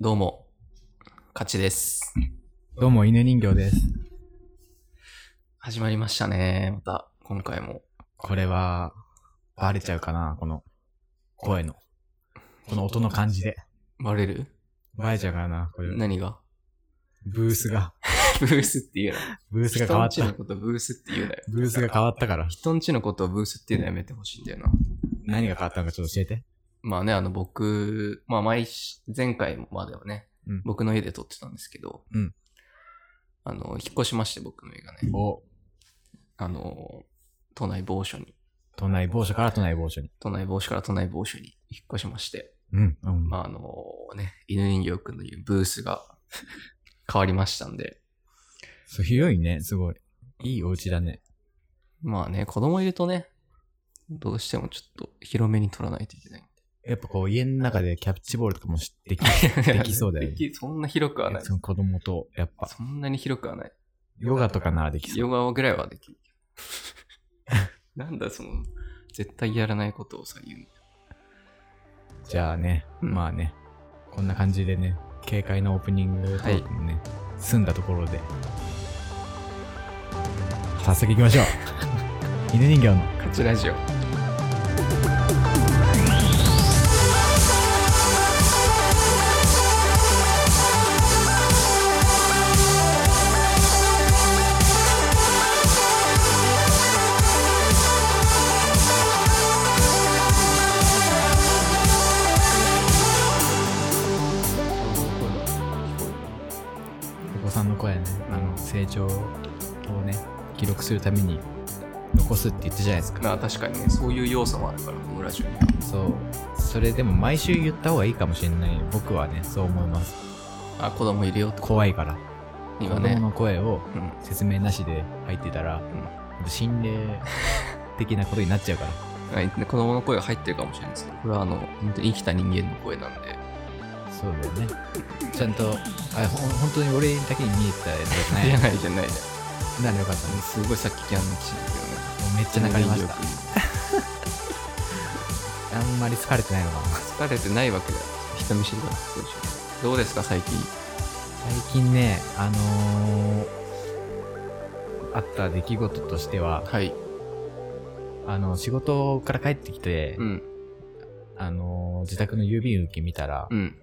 どうも、勝ちです。どうも、犬人形です。始まりましたね。また、今回も。これは、バレちゃうかなこの、声の。この音の感じで。バレるバレちゃうからな、これ。何がブースが、ブースって言うな。ブースが変人わんっちのた。ことブースって言うなよ。ブースが変わったから。人んちのことをブースって言うのやめてほしいんだよな。何が変わったのかちょっと教えて。まあね、あの僕、まあ毎し、前回まではね、うん僕の家で撮ってたんですけど、うんあの、引っ越しまして僕の家がね、お、あの、都内某所に、都内某所から都内某所に。都内某所から都内某所に引っ越しまして、うん、うん。まああのね、犬人形くんの言うブースが 変わりましたんで、そう、広いね、すごい。いいお家だね。まあね、子供いるとね、どうしてもちょっと広めに撮らないといけない。やっぱこう、家の中でキャッチボールとかもしでき できそうだよねできそんな広くはない。その子供と、やっぱ、そんなに広くはない。ヨガとかならできそう。ヨガぐらいはできる。 なんだその、絶対やらないことをさ、言う。じゃあね、うんまあね、こんな感じでね、軽快なオープニングトークもね、済んだところで、早速行きましょ う。犬人形の。カチラジオ。お子さんの声ね、あの、成長をね、記録するために残すって言ったじゃないですか。まあ確かにね、そういう要素もあるから、このラジオに。そう。それでも毎週言った方がいいかもしれない。僕はね、そう思います。あ、子供いるよとか、怖いから。子今供ね。の声をうん。説明なしで入ってたら、心霊的なことになっちゃうから。はい、子供の声が入ってるかもしれないですけど、これはあの、本当に生きた人間の声なんで、そうだよね。ちゃんと、あ、ほん本当に俺だけに見えてたやつじゃない。じゃないじゃないじならよかったゃん。ね。すごいさっきキャンの騎士だけどね。めっちゃ泣かれました。た。あんまり疲れてないのかな。疲れてないわけだよ。人見知りだからそうでしょどうですか、最近。最近ね、あのーあった出来事としては、はい。あの、仕事から帰ってきて、うん。あのー自宅の郵便受け見たら、うん。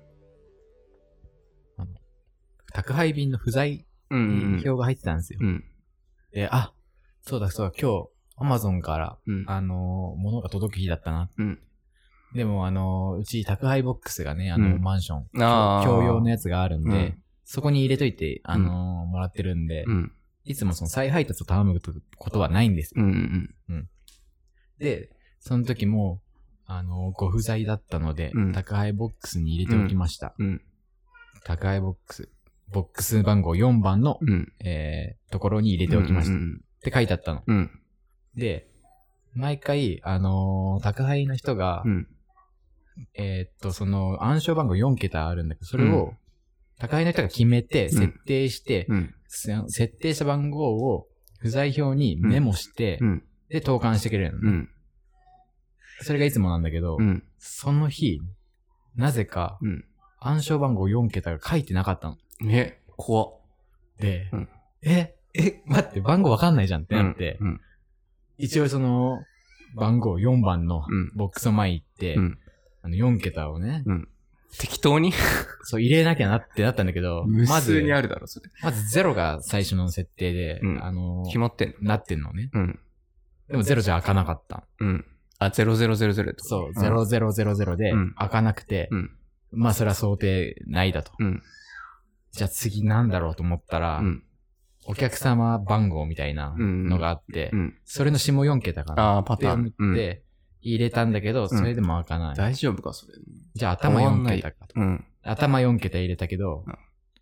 宅配便の不在うんうん表が入ってたんですよ。うん。うん。で、あ、そうだそうだ、今日、アマゾンから、うん。あのー物が届く日だったなうん。でも、あの、うち宅配ボックスがね、あの、うんマンション、あー共用のやつがあるんうで、んそこに入れといて、あのもらってるんで、うん。いつもその再配達を頼むことはないんですよ。うん。うん。で、その時も、あのご不在だったので、うん宅配ボックスに入れておきました。うん。宅配ボックス、ボックス番号4番の、うん。えー、ところに入れておきました。うっん。て書いてあったの。うん。で、毎回、あの宅配の人が、うん。えーっと、その暗証番号4桁あるんだけど、それうを、高いの人が決めて、ん設定して、うん。せ設定した番号を不在表にメモして、うん。で、投函してくれるの、うん。それがいつもなんだけど、うん。その日、なぜかうん。暗証番号4桁が書いてなかったの。ね、怖っ。で、うんえ、え、待って、番号わかんないじゃんってなって、うん。一応その、番号4番のうんボックスの前行って、うん。あの4桁をね、うん。適当にそう入れなきゃなってなったんだけど、無ま数ずに、あるだろ、それ。まずゼロが最初の設定で、うんあの決まってんの。なってんのね。うん。でもゼロじゃ開かなかった。うん。あ、0000と。そう、んゼロゼロゼロゼロでうん開かなくて、うん。まあそれは想定ないだと。うん。じゃあ次なんだろうと思ったら、うん。お客様番号みたいなのがあって、うん。それの下4桁かな。ああ、パってター思ン。っ、て、入れたんだけど、それでも開かない。大丈夫か、それ。じゃあ頭4桁かと。うん。頭4桁入れたけどうん、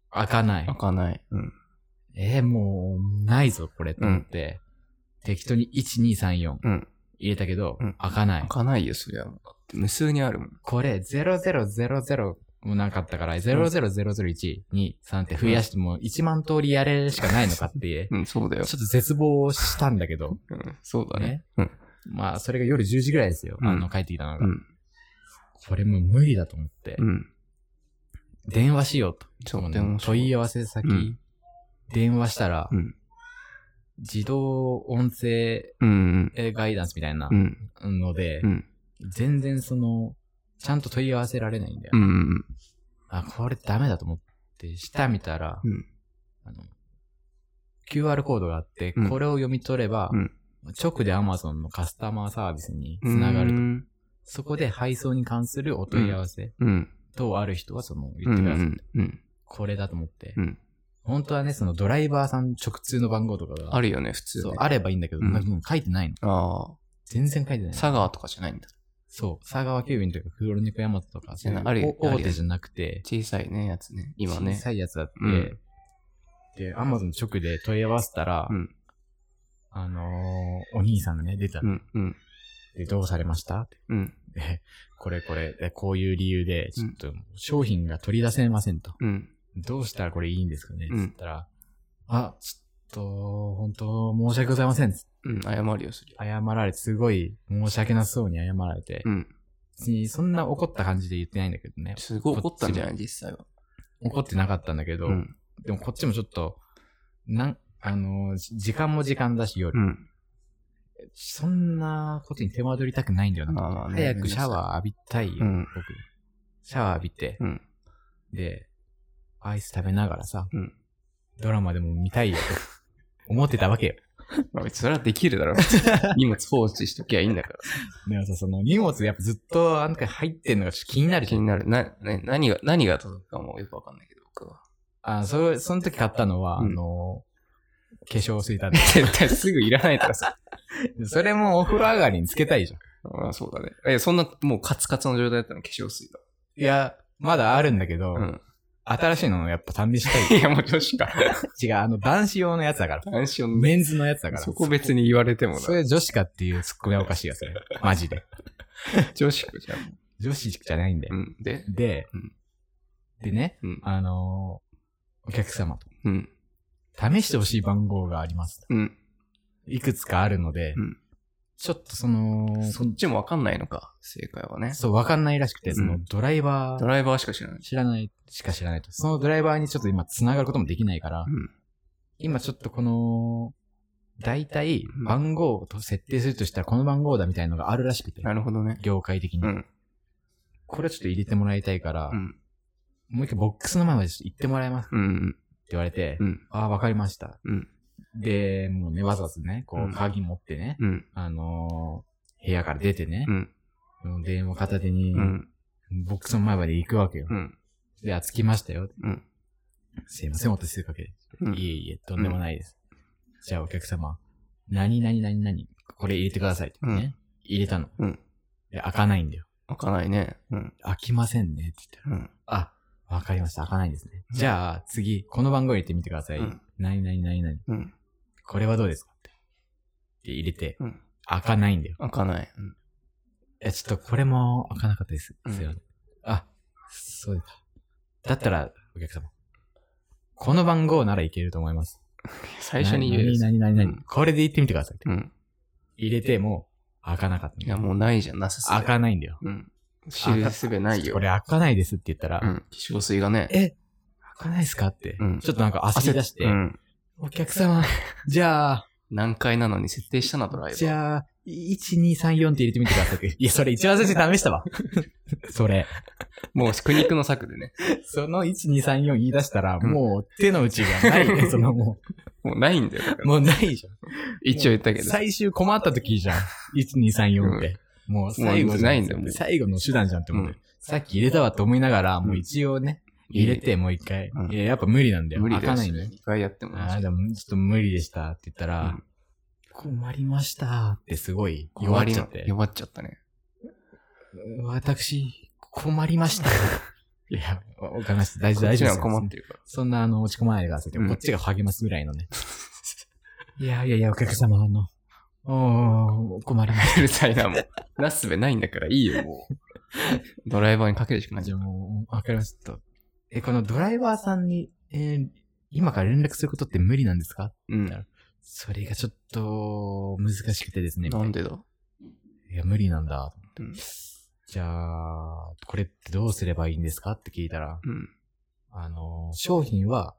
開かない開。かない。うん。えー、もう、ないぞ、これ、と思って、適当に1、2、3、4うん。入れたけど、うん開かない開。かないよ、そりゃ。だって無数にあるもん。これ、0000もなかったから、00001、2、3って増やしても1万通りやれしかないのかって、うん、そうだちょよっ。と絶望したんだけど、うん、そうだね。ねうん。まあ、それが夜10時ぐらいですよ。うんあの、帰ってきたのうが。ん。これもう無理だと思ってう、ん。電話しようと。そうもね電話しよう問い合わせ先、うん。電話したら、うん。自動音声うん。ガイダンスみたいなうん。ので、うん。全然その、ちゃんと問い合わせられないんだよ。うん。うん。あ、これダメだと思って、下見たら、うんあの、QR コードがあって、うんこれを読み取れば、うん直で Amazon のカスタマーサービスにつながると。るそこで配送に関するお問い合わせと。うん。等ある人はその、う言ん。うってんくださいと。。うんこれだと思って。うん。本当はね、そのドライバーさん直通の番号とかが、あるよね、普通そうね。あればいいんだけど、うんなんかもう書いてないの。ああ。全然書いてないの。佐川とかじゃないんだ。そう。佐川急便とか、黒猫山とか、そういうあるよおある大よ手じゃなくて、小さいね、やつね。今小ね。さいやつだって、うんで、アマゾン直で問い合わせたら、うんあのーお兄さんがね、出た、うん。うん。で、どうされましたってうん。でこれこれ、でこういう理由で、ちょっと商品が取り出せませんと。うん。どうしたらこれいいんですかねうんつったら、あ、ちょっと、本当申し訳ございません。うん。謝りをするよ。謝られて、すごい申し訳なそうに謝られて、うん。別にそんな怒った感じで言ってないんだけどね。すごい怒ったんじゃない実際は。怒ってなかったんだけど、うん。でもこっちもちょっと、なん、あのーじ時間も時間だし、夜、うん。そんなことに手間取りたくないんだよまな。あね早くシャワー浴びたいよ、うん僕。シャワー浴びて、うん。で、アイス食べながらさ、うんドラマでも見たいよと 思ってたわけよ。まあ別にそれはできるだ ろう。荷物放置しときゃいいんだから。でもさ、その荷物やっぱずっとあの時入ってんのがちょっと気になるじ気ゃん。になる。な、ね、何が、何が届くかもよくわかんないけど、僕は。あ、そ、その時買ったのは、うんあのー、化粧水だね。絶対すぐいらないとか さ。それもお風呂上がりにつけたいじゃん。ああ、そうだね。え、そんな、もうカツカツの状態だったの、化粧水だ。いや、まだあるんだけど、うん。新しいのをやっぱ試したい。 いや、もう女子か。違う、あの、男子用のやつだから。男子のメンズのやつだから。そこ別に言われてもそれ女子かっていうツッコミはおかしいやつね。マジで。な。女子かじゃん。女子じゃないんでう。ん。で、でうん、でね、うん。あのーお客様と、うん。試してほしい番号があります。うん。いくつかあるのでうん、ちょっとその、そっちもわかんないのか、正解はね。そう、わかんないらしくて、そうのんドライバドー、ライバーしか知らない。知らない、しか知らないと。そのドライバーにちょっと今繋がることもできないからう、ん。今ちょっとこの、大体うん番号を設定するとしたらこの番号だみたいのがあるらしくて、なるほどね。業界的にう。ん。これはちょっと入れてもらいたいからう、ん。もう一回ボックスの前までちょっと行ってもらえますかっうん。て言われて、うん。ああ、わかりました。うん。で、もうね、わざわざね、こうんう、鍵持ってね、うん。あのー部屋から出てねう、ん。うん電話片手にう、ん。ボックスの前まで行くわけよう。ん。で、あ、着きましたよ。うん。すいません、お手数かけて。うんいえいえ、とんでもないです。じゃあお客様、何々何々、これ入れてくださいってうね。入れたの。うん。で、開かないんだよ。開かないね。うん。開きませんね、って言ったら。うん。あ、わかりました。開かないですね。うんじゃあ、次、この番号入れてみてください。うん何々何々。うん。これはどうですかって。で、入れて、うん。開かないんだよ。開かない。うん。え、ちょっとこれも開かなかったです。うんすいません。あ、そうですか。だったら、お客様。この番号ならいけると思います。最初に言うやつ。何々何々うん何これで言ってみてください。うん。入れても、開かなかったんいだや、よ。もうないじゃん、なさすぎ開かないんだよ。うん。知るすべないよ。これ開かないですって言ったら、うん。化粧水がね。え、開かないですかって、うんちょっとなんか焦り出して、うん。お 客様、じゃあ、難解なのに設定したな、ドライバー。じゃあ、1234って入れてみてくださいって。いや、それ一番最初に試したわ。 それ。もう苦肉の策でね。その1234言い出したら、うんもう手の内がな いね、そのももうないんだよ。だかう。らもうないじゃん。 一応言ったけど。最終困った時 じゃん。1234って。もう最後じゃないんだよもう最後の手段じゃんって思って。うんさっき入れたわと思いながら、んもう一応ね、入れてもう一回。うんいややっぱ無理なんだよ。無理開だかないし、んだよ。 2回やってもああ、ねでもちょっと無理でしたって言ったら、うん困りましたってすごい弱っちゃって。弱っちゃったね。私、困り ました。いや、おかましい。大こ丈夫、大っちは丈夫ですよ。困ってるから。そんな、あの、落ち込まないでくださいって。うんこっちが励ますぐらいのね。 いやいやいや、お客様、あの、おー、困りましうるさいな、もう。なすすべないんだからいいよ、もう。 ドライバーにかけるしかなた。いじじゃゃあん。もう、わかりました。え、このドライバーさんに、えー今から連絡することって無理なんですかうん。それがちょっと、難しくてですね。みたいなんでだいや、無理なんだ。うんじゃあ、これってどうすればいいんですかって聞いたら、うん。あの、商品は、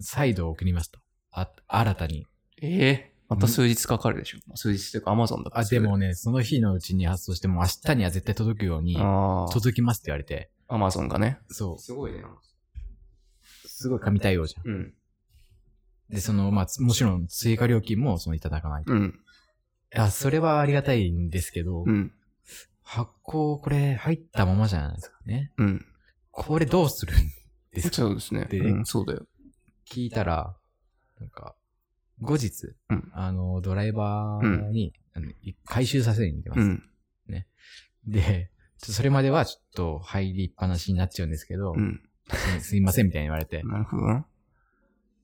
再度送りますと。あ、新たに。ええまた数日かかるでしょ。まあ数日というか Amazon だから。あ、で。もね、その日のうちに発送しても明日には絶対届くように、あ届きますって言われて。あ。Amazon がね。そすごいね。う。すごい神対応じゃうん。ん。で、その、まあ、つもちろん追加料金もそのいただかないと。うん。あ、それはありがたいんですけど、うん。発行これ入ったままじゃないですかね。うん。これどうするんですかそうですね。でうん、そうだよ。聞いたら、なんか、後日、うんあの、ドライバーに、あのい回収させに行きます。うん。で、ちょっとそれまではちょっと入りっぱなしになっちゃうんですけど、うん。すすいませんみたいに言われて、なるほどな。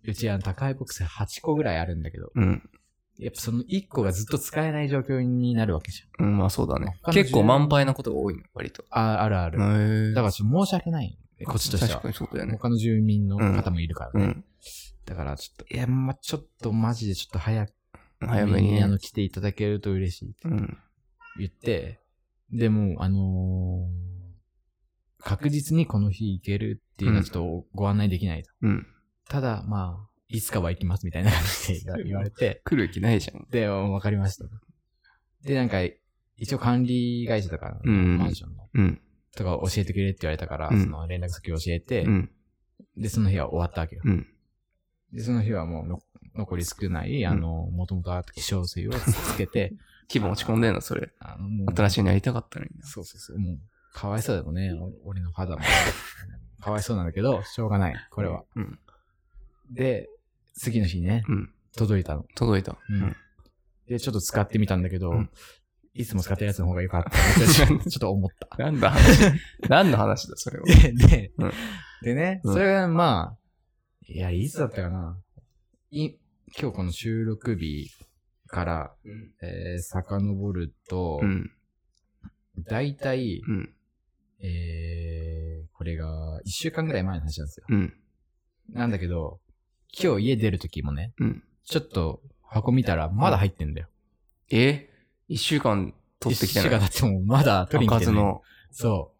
うちあの宅配ボックス8個ぐらいあるんだけど、うん。やっぱその1個がずっと使えない状況になるわけじうん、まあそうだね。他の結構柔軟満杯なことが多いの、割と。ゃん。あ、あるある。へえだからちょっと申し訳ない。こっちとしては確か。にそうだよね。他の住民の方もいるからね。うん。だからちょっと、いや、ま、ちょっとマジでちょっと早く、早めにあね。の、来ていただけると嬉しいってうん。言って、でも、あのー確実にこの日行けるっていうのはちょっとご案内できないと。うん。ただ、まあ、いつかは行きますみたいな感じで言わ れて、来る気ないじゃん。で、わかりました。で、なんか、一応管理会社とか、うんマンションの、うん。とか教えてくれって言われたから、うんその連絡先を教えて、うん。で、その日は終わったわけよ。うん。で、その日はもうの残り少ない、あの、もともとあった化粧水をつ けて、気分落ち込んでんの、それ。あの、もう新しいのやりたかったのにな。そうそうそう。もう、かわいそうだよね。お俺の肌も。 かわいそうなんだけど、しょうがない。これは。。うん。で、次の日ね、うん。届いたの。届いた。うんで、ちょっと使ってみたんだけど、うんいつも使ってるやつの方が 良かったなって。ちょっとちょっと思った。何の話何の話だ、それは。で、で うんでね、うんそれがまあ、いや、いつだったかな。い、今日この収録日から、うん。えー、遡ると、うん。だいたい、うん。えー、これが、一週間ぐらい前の話なんですよ。うん。なんだけど、今日家出るときもね、うん。ちょっと箱見たらまだ入ってんだよ。え一週間取ってきて一週な間い。経ってもまだ取り開にか来ずてない。の。そ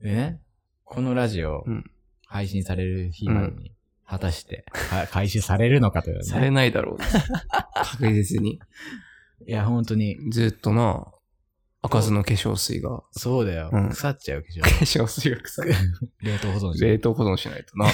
う。でね、このラジオうん、配信される日までに、果たして、は回収されるのかという、ね。されないだ ろう。確実に。いや、本当に。ずっとな、開かずの化粧水が。そうだよ。うん腐っちゃうでしょ化。粧水が臭い。冷凍保存して。冷凍保存しないと な。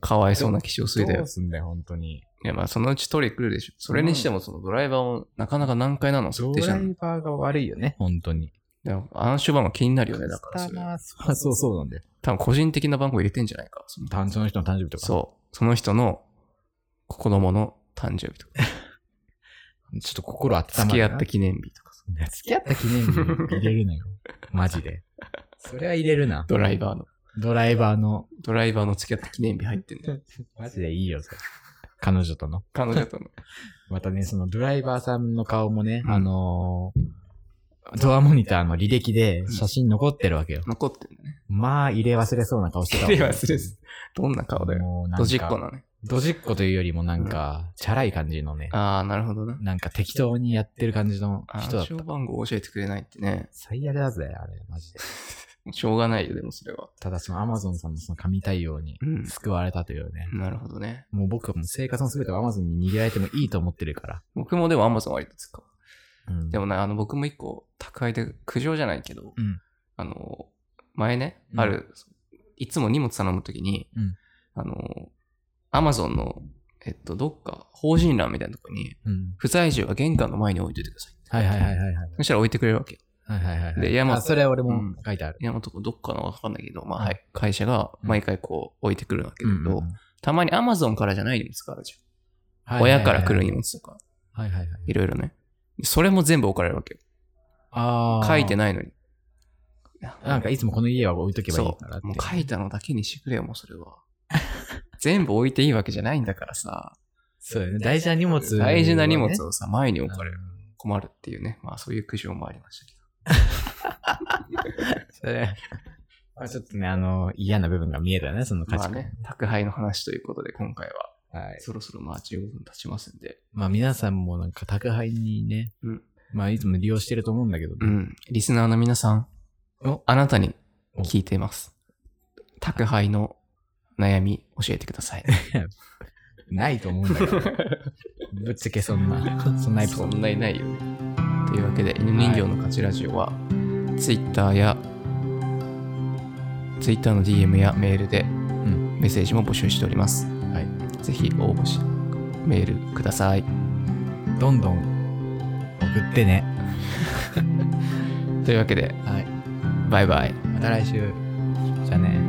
かわいそうな化粧水だどよう。すんだよ、本当に。いや、まあ、そのうち取り来るでしょ。それにしても、そのドライバーもなかなか難解なの、設ド定じゃラん。イバーが悪いよね、本当に。だから暗証番号気になるよね、だからそれ。そうそうそうなんだよ。多分個人的な番号入れてんじゃないか。その単調の人の誕生日とか。そう。その人の子供の誕生日とか、う。ちょっと心温まるな。付き合った記念日とか、付き合った記念日入れるな よ。マジで。それは入れるな。ドライバーの、ドライバーの。ドライバーの付き合った記念日入ってんだよ。マジでいいよ、それ。彼女との。彼女と の。またね、そのドライバーさんの顔もね、うんあのードアモニターの履歴で写真残ってるわけよ。残ってんだね。まあ、入れ忘れそうな顔してたわ。入れ忘れずどんな顔だよ。もうなんかドジっ子なね。ドジっ子というよりもなんか、チャラい感じのね、ああ、なるほどな。なんか適当にやってる感じの人暗だった証。番号教えてくれないってね。最悪だぜ、あれ、マジで。しょうがないよ、でもそれは。ただそのアマゾンさんのその神対応にうん救われたというね。なるほどね。もう僕はもう生活の全てを Amazon に握られてもいいと思ってるから。僕もでも Amazon 割と使う。うんでもね、あの、僕も一個、宅配で苦情じゃないけど、うんあの、前ね、うんある、いつも荷物頼むときに、うんあの、Amazon の、えっと、どっか、法人欄みたいなとこに、うん不在住は玄関の前に置いといてください。はいはいはいはいはい。そしたら置いてくれるわけよ。はいはいはいはい。でいやまああそれは俺うもん書いてある。山本君どっかのわかんないけど、まあ、うんはい、会社が毎回こう置いてくるわけだけど、うんたまに Amazon からじゃない荷物があるじゃん。親から来る。荷物とか、はいはいはい。いろいろね。それも全部置かれるわけよ。ああ。書いてなないのに。い。なんかいつもこの家は置いとけばいいそからって。う。もう書いたのだけにしてくれよ、もうそれ は。全部置いていいわけじゃないんだからさ。そうだよね。大事な荷物をね。大事な荷物をさ、前に置かれる。うん。困るっていうね。まあそういう苦情もありましたけそれ。まあちょっとね、あの、嫌な部分が見えたよね、そのど。価ま値あ観。ね、宅配の話ということで今回は、はい。そろそろまあ15分経ちますんで。まあ皆さんもなんか宅配にね、うん。まあいつも利用してると思うんだけどう、ん。リスナーの皆さんお、あなたにお聞いてます。宅配の悩み教えてくださ い。ないと思うんだけど。ぶっちゃけそんな、そんなエピソそーんド。ないないよね。というわけで、犬人形の勝ちラジオは、Twitter や、Twitter の DM やメールで、んメッセージも募集しております。はい。ぜひ応募し、メールください。どんどん送ってね。というわけで、はい。バイバイ。また来週。じゃあね